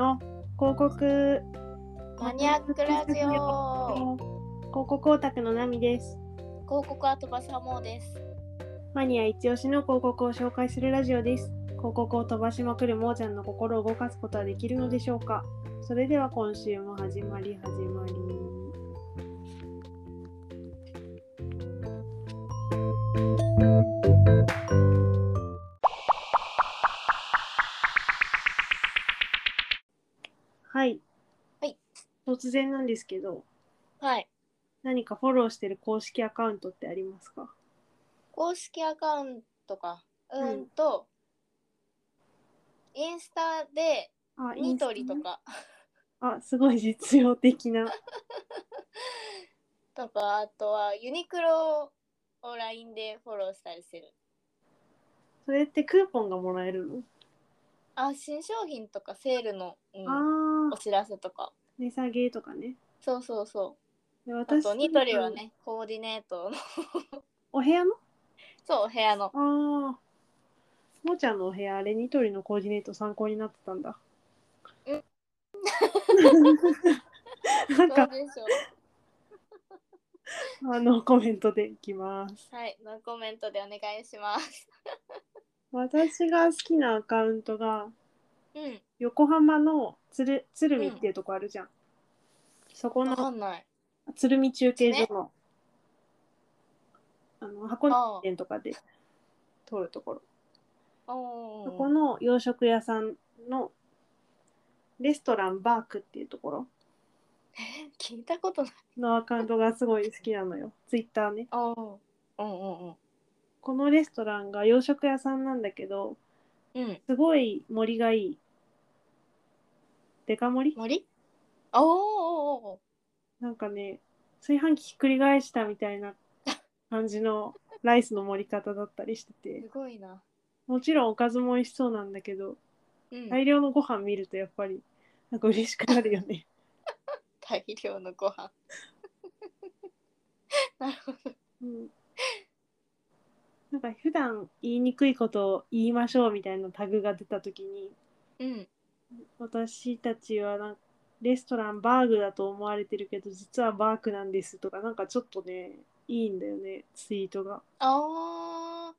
広告マニアックラ ジオ広告オタクのナミです広告は飛ばすハモーですマニア一押しの広告を紹介するラジオです広告を飛ばしまくるモーちゃんの心を動かすことはできるのでしょうかそれでは今週も始まり始まりはい、はい、突然なんですけどはい何かフォローしてる公式アカウントってありますか公式アカウントかうーんと、インスタであニトリと。インスかタねあ、すごい実用的 な。とかあとはユニクロを LINE でフォローしたりするそれってクーポンがもらえるの。あ新商品とかセールの、うん、あおあ、知らせとか値下げとかね。そうそうそで、うあ私とニトリは。ねコーディネートの お部屋の。そうお部屋のああ。もーちゃんのお部屋、あれニトリのコーディネート参考になってたんだ。うんなんどうか、でしょあのコメントでいきます。うはいノーコメントでお願いします私が好きなアカウントが。うん横浜の鶴鶴見っていうとこあるじゃん、そこわかのんない鶴見中継所の,、あの箱根店とかで通るところおそこーの洋食屋さんのレストランバークっていうところ聞いたことないのアカウントがすごい好きなのよツイッターねおーうんうんこのレストランが洋食屋さんなんだけどうんうんすごい盛りがいいデカ盛り森おーおーおーなんかね炊飯器ひっくり返したみたいな感じのライスの盛り方だったりしててすごいなもちろんおかずも美味しそうなんだけどうん大量のご飯見るとやっぱりなんか嬉しくなるよね大量のご飯なるほどうんなんか普段言いにくいことを言いましょうみたいなタグが出た時にうん私たちはなんレストランバーグだと思われてるけど実はバークなんですとかなんかちょっとねいいんだよねツイートがあ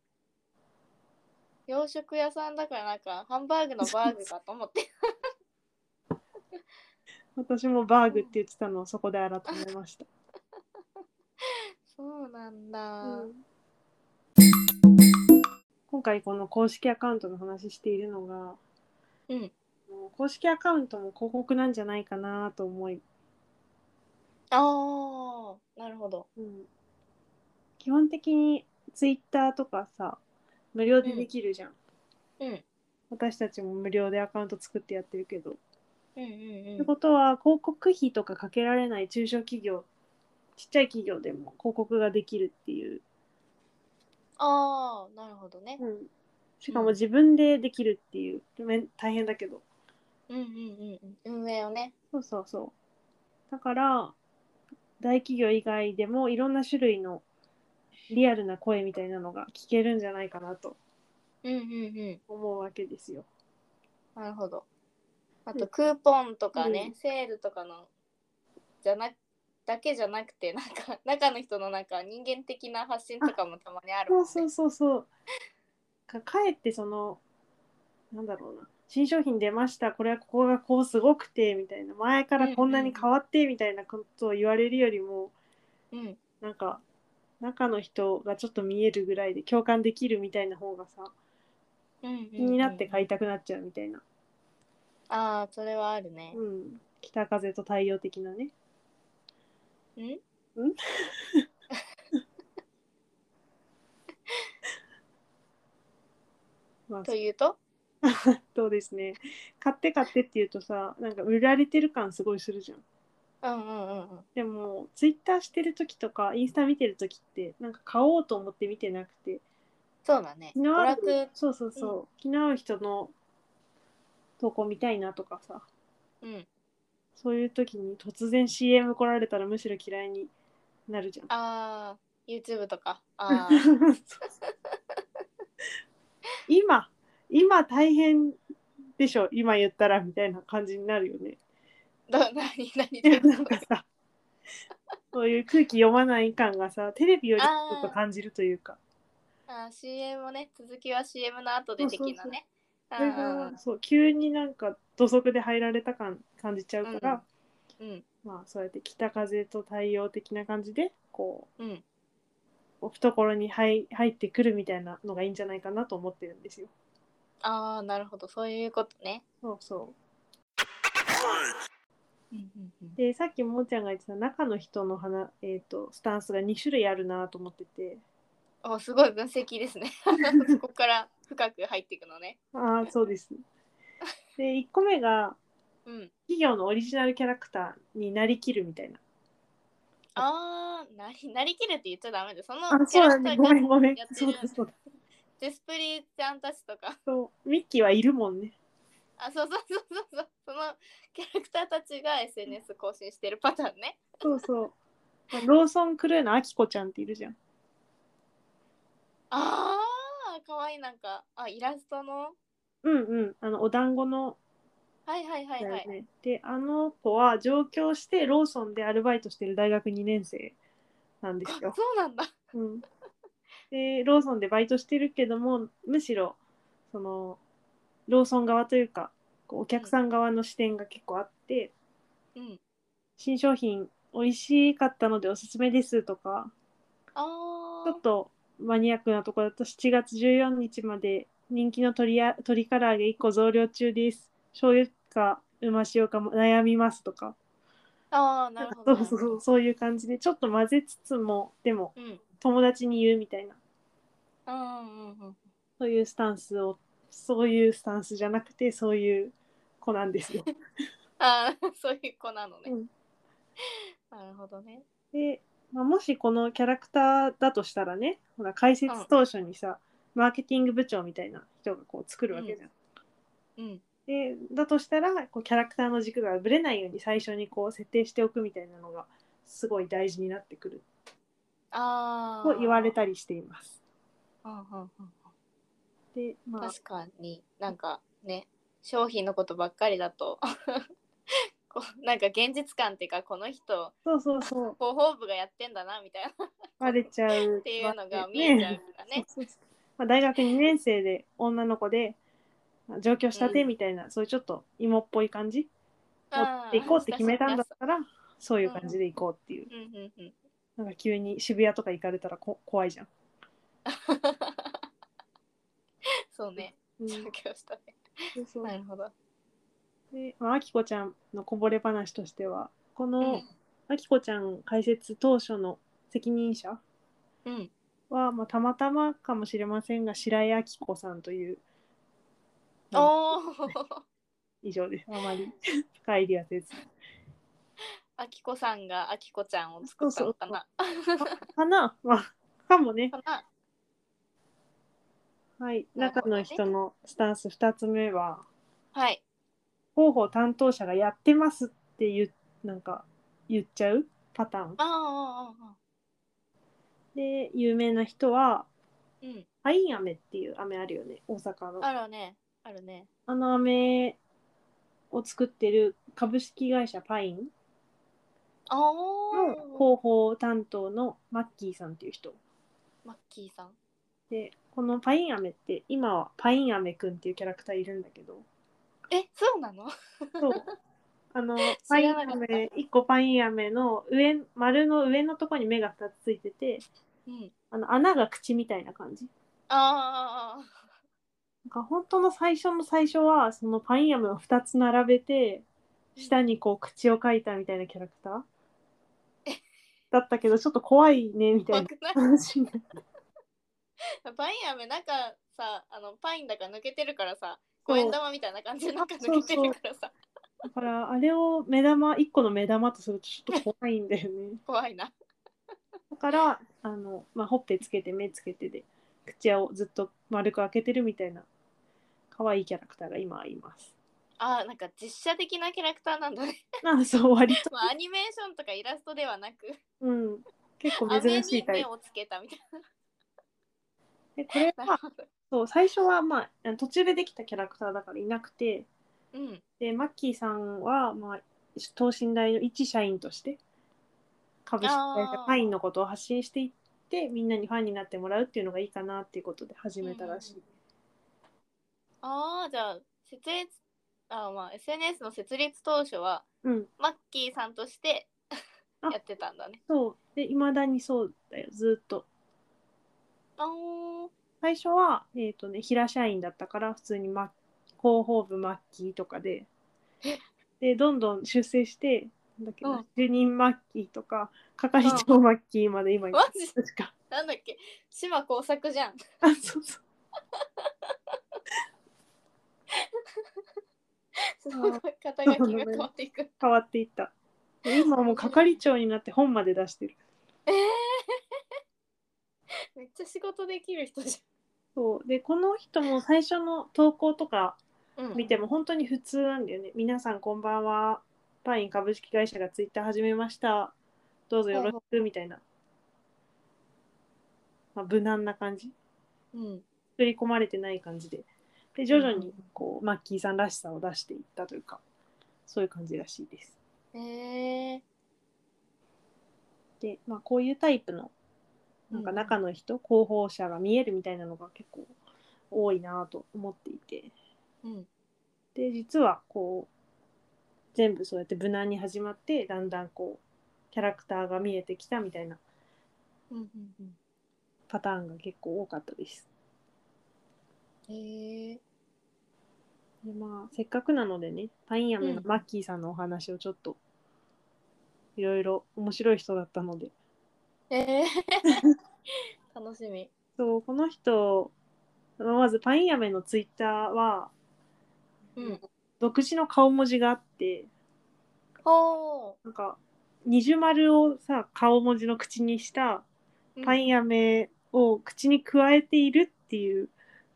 ー洋食屋さんだからなんかハンバーグのバーグかと思って私もバーグって言ってたのをそこで改めました そうなんだ、今回この公式アカウントの話しているのが、うんもう公式アカウントも広告なんじゃないかなと思い、ああなるほど基本的にツイッターとかさ無料でできるじゃん、うん私たちも無料でアカウント作ってやってるけど、うんうんっうてんことは広告費とかかけられない中小企業ちっちゃい企業でも広告ができるっていうああなるほどねうん、しかも自分でできるっていう、めん大変だけどうんうんうんうん運営をねそうそうそうだから大企業以外でもいろんな種類のリアルな声みたいなのが聞けるんじゃないかなとうんうんうん思うわけですよなるほどあうとんクーポンとかね、うんセールとかのじゃなだけじゃなくてなんか 中の人のなんか人間的な発信とかもたまにあるもそんうそうそうねそうかかえってそのなんだろうな新商品出ましたこれはここがこうすごくてみたいな前からこんなに変わってみたいなことを言われるよりも、うんなんか中の人がちょっと見えるぐらいで共感できるみたいな方がさうんうんうん気になって買いたくなっちゃうみたいな、ああそれはあるねう、ん、北風と太陽的なねん まあというとそうですね買って買ってって言うとさなんか売られてる感すごいするじゃんうんうんうんうんでもツイッターしてる時とかインスタ見てる時ってなんか買おうと思って見てなくてそうだね気の合う娯楽そうそうそう、気の合う人の投稿見たいなとかさうんそういう時に突然 CM 来られたらむしろ嫌いになるじゃんああ YouTube とかああ 今今大変でしょ今言ったらみたいな感じになるよねだ何何いやなんかさそういう空気読まない感がさテレビよりちょっと感じるというか あー CM もね続きは CM の後で的なねそれうんうんがそう急になんか土足で入られた感感じちゃうから、うんまあそうやって北風と太陽的な感じでこうんうお懐に入入ってくるみたいなのがいいんじゃないかなと思ってるんですよ。ああなるほどそういうことねそうそうんうんうんうでさっきもーちゃんが言ってた中の人の花、えー、とスタンスが2種類あるなと思ってておすごい分析ですね。 そこから深く入っていくのね。ああそうです。で1個目がうん。企業のオリジナルキャラクターになりきるみたいな。ああ、なりなりきるって言っちゃダメだ。そのあキそャうラだクタねごめんーがごめんやってそうるだそうだデスプリちゃんたちとか、そうミッキーはいるもんね。あ、そうそうそうそうそう、その キャラクターたちが SNS 更新してるパターンね。そうそう。ローソンクルーのあきこちゃんっているじゃん。ああ、かわいいなんか、あ、イラストの。うんうん。あのお団子の、はいはいはいはい。ね。で、あの子は上京してローソンでアルバイトしてる大学2年生なんですあよ。そうなんだ。うん、で、ローソンでバイトしてるけども、むしろそのローソン側というか、こうお客さん側の視点が結構あって、うん。新商品美味しかったのでおすすめですとか、あちょっとマニアックなところだと7月14日まで人気の鶏や鶏唐揚げ1個増量中です。醤油かうま塩かも悩みますとか、あ、ああ、なるほそど。うそうそう そういう感じでちょっと混ぜつつもでもうん。うん友達に言うみたいなうんうんうん。そういうスタンスをそういうスタンスじゃなくてそういう子なんです よ。ああ、そういう子なのね。うん なるほどね。で、まあ、もしこのキャラクターだとしたらねほら解説当初にさ、マーケティング部長みたいな人がこう作るわけじゃん。うん。でだとしたらこうキャラクターの軸がぶれないように最初にこう設定しておくみたいなのがすごい大事になってくるああ。と言われたりしています。うんうんうんでまあ確かになんかね商品のことばっかりだと こうなんか現実感っていうかこの人そうそうそう広報部がやってんだな みたいなっバレちゃうっていうのが見えちゃうからね。 そうそうまあ、大学2年生で女の子でまあ上京したてうんみたいな、そういうちょっと芋っぽい感じ持あっーていこうって決めたんだっ確かたらそういう感じでいこうっていう、にうんうん うんなんか急に渋谷とか行かれたらこ怖いじゃん。そうねうん、上京したね。そうそうなるほど。で、まあ、あきこちゃんのこぼれ話としてはこうのんあきこちゃん解説当初の責任者うんは、まあ、たまたまかもしれませんが白井あきこさんというおお以上ですあまり 深い理由はせず あきこさんがあきこちゃんを作ったのかな。かな、まあ、かもねかなはいなる中ほどのね人のスタンス2つ目ははい。広報担当者がやってますって言うなんか言っちゃうパターンああああああで有名な人はうん。パイン飴っていう飴あるよね大阪のあるね。あるね。あの飴を作ってる株式会社パインあのあ。広報担当のマッキーさんっていう人マッキーさん。でこのパインアメって今はパインアメくんっていうキャラクターいるんだけどえ、そうなの？そうあのパ 知インらなかアったメ1個パインアメの上丸の上のとこに目が2つついててうん。あの穴が口みたいな感じあなんか本当の最初の最初はそのパインアメを2つ並べてあ。下にこう口を描いたみたいなキャラクター だったけどちょっと怖いねみた怖 いなくない話になってパイン飴なんかさあのパインだから抜けてるからさ五円玉みたいな感じでなんか抜けてるからさだからあれを目玉1個の目玉とするとちょっと怖いんだよね。怖いなだからあの、まあ、ほっぺつけて目つけてで口をずっと丸く開けてるみたいな可愛いキャラクターが今います。 あーなんか実写的なキャラクターなんだね、あそう割と、まあ、アニメーションとかイラストではなくうん、結構飴珍しにいタイ目プ。をつけたみたいでこれな、はそう最初は、まあ、途中でできたキャラクターだからいなくてうんでマッキーさんは、まあ、等身大の一社員として株式会社あーパインのことを発信していってみんなにファンになってもらうっていうのがいいかなっていうことで始めたらしい、ああ、じゃあ、設立、あーまあ、SNS の設立当初は、うん、マッキーさんとしてあやってたんだね。そうでいまだにそうだよずっとあー最初は、えーとね、平社員だったから普通にマッ広報部マッキーとかででどんどん出世してなんだっけな、主任マッキーとか係長マッキーまで今マジ確かなんだっけ島耕作じゃん。あそうそう すごい肩書きが変わっていく。変わっていったで今はもう係長になって本まで出してるえー、めっちゃ仕事できる人じそうでこの人も最初の投稿とかゃん。うん見ても本当に普通なんだよね。皆さんこんばんは。パイン株式会社がツイッター始めました。どうぞよろしくみたいな。まあ、無難な感じ。うん。作り込まれてない感じで。で、徐々にこう、マッキーさんらしさを出していったというか、そういう感じらしいです。えで、まあ、こういうタイプの、なんか中の人、広報者が見えるみたいなのが結構多いなぁと思っていて。ー、うん。で実はこう全部そうやって無難に始まってだんだんこうキャラクターが見えてきたみたいなうんうんうん。パターンが結構多かったです。えー、でまあせっかくなのでねパインアメうのんマッキーさんのお話をちょっといろいろ面白い人だったのでえー、楽しみ。そうこの人まずパインアメのツイッターはうん。独自の顔文字があっておーなんか二重丸をさ顔文字の口にしたうんパインアメを口に加えているっていう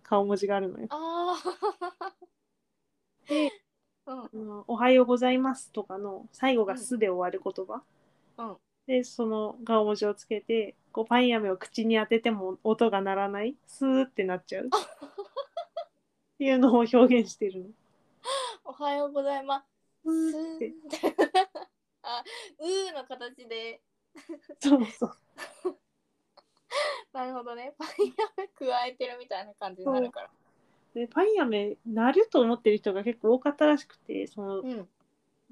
顔文字があるのよ。あであ。 ううん。んおはようございますとかの最後がすで終わる言葉。うんで、その顔文字をつけて、こうパインアメを口に当てても音が鳴らない、スーってなっちゃう。っていうのを表現してるの。おはようございます。スーって。あ、うーの形で。そうそう。なるほどね。パイナップル加えてるみたいな感じになるから。で、パインアメ鳴ると思ってる人が結構多かったらしくて、そのうん。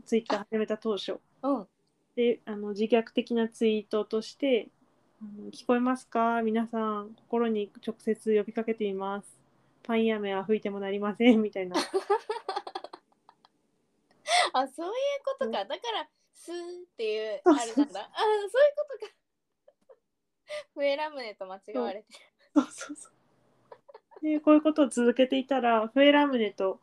ツイッター始めた当初。うん。であの自虐的なツイートとして「あの聞こえますか皆さん心に直接呼びかけています」「パイン飴は吹いてもなりません」みたい なあ、そういうことか。だから、すーっていう、そうあれなんだ。あ、そういうことか。 笛ラムネと間違われてる。そうそうそうでこういうことを続けていたらフエラムネと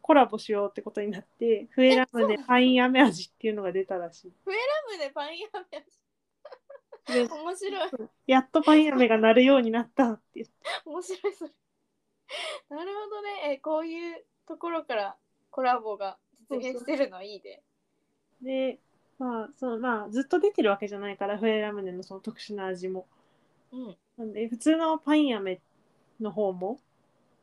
コラボしようってことになってフエラムえそうなネのパイン飴味っていうのが出たらしいラムネパイナップルで面白い。やっとパイン飴が鳴るようになったって言って面白い、それ。なるほどね。え、こういうところからコラボが実現してるのいいで。でまあそのまあずっと出てるわけじゃないからフエラムネのその特殊な味もうん。なんで普通のパイン飴の方も、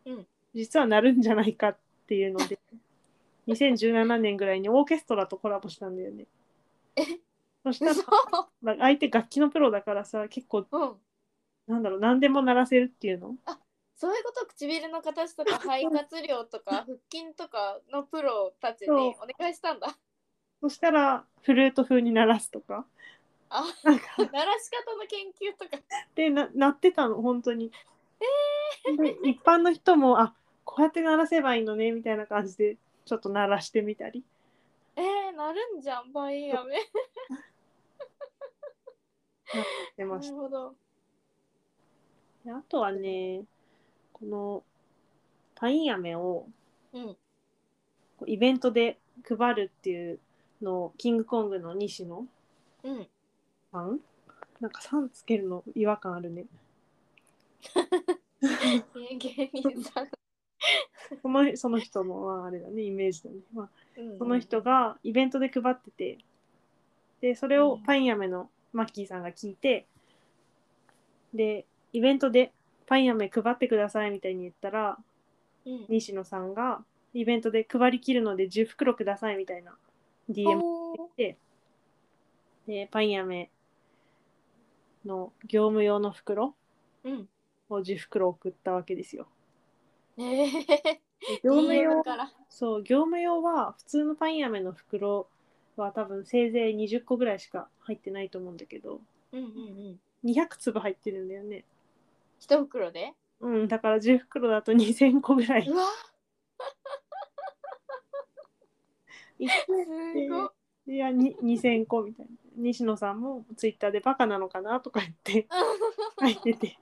うん実はなるんじゃないかっていうので 2017年ぐらいにオーケストラとコラボしたんだよね。そしたら嘘まあ相手楽器のプロだからさ結構うん。なんだろう何でも鳴らせるっていうのそういうこと唇の形と か肺活量とか腹筋とかのプロたちにそうお願いした んだ。そしたらフルート風に鳴らすとかあ、なんか鳴らし方の研究とか。でな鳴ってたの本当に。で一般の人もあこうやって鳴らせばいいのねみたいな感じでちょっと鳴らしてみたりえー、なるんじゃん、パインアメ。してなましたる。ほど。であとはねこのパイン飴をうん。こうイベントで配るっていうのをキングコングの西野うん。さんなんか「さん」つけるの違和感あるね。芸人さん。このその人の、まあ、あれだねイメージだね。まあ、うんその人。がイベントで配っててでそれをパイン飴のマッキーさんが聞いてでイベントでパイン飴配ってくださいみたいに言ったらうん。西野さんがイベントで配りきるので10袋くださいみたいな DM おーででパン屋めの業務用の袋うん。を10袋送ったわけですよ。ねえ。で業務用 DM から。そう業務用は普通のパン屋めの袋は多分せいぜい20個ぐらいしか入ってないと思うんだけどうんうんうん。 200粒入ってるんだよね。一袋で。うん、だから10袋だと2000個ぐら い。うわ、いすごい。いやに2000個みたいな。西野さんもツイッターでバカなのかなとか言 って書いてて。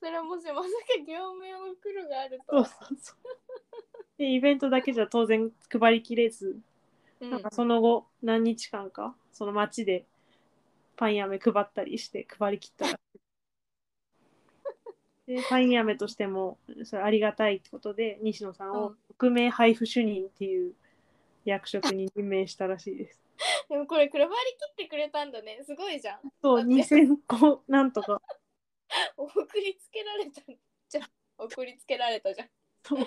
それはもしまさか業務用の袋があるそとう。そうそう。でイベントだけじゃ当然配りきれず、うなんかその後何日間かその町でパン屋め配ったりして配りきったら。でパン屋めとしてもそれありがたいってことで西野さんうをん匿名配布主任っていう役職に任命したらしいです。でもこれ、配り切ってくれたんだね。すごいじゃん。そう、だって2000個なんとか。送りつけられたじゃん。送りつけられたじゃん。そううん。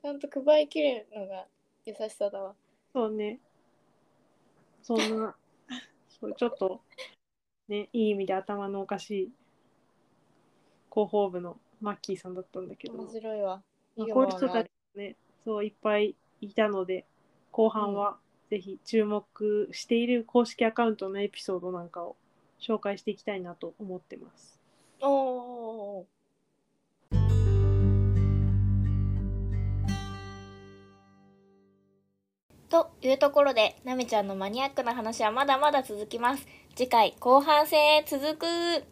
ちゃんと配りきれるのが優しさだわ。そうね。そんな、そうちょっと、ね、いい意味で頭のおかしい広報部のマッキーさんだったんだけど、ま面白いわ。あこういう人たちもね、そういっぱいいたので、後半はぜひ注目している公式アカウントのエピソードなんかを紹介していきたいなと思ってます。おおー。というところで、なみちゃんのマニアックな話はまだまだ続きます。次回後半戦へ続く。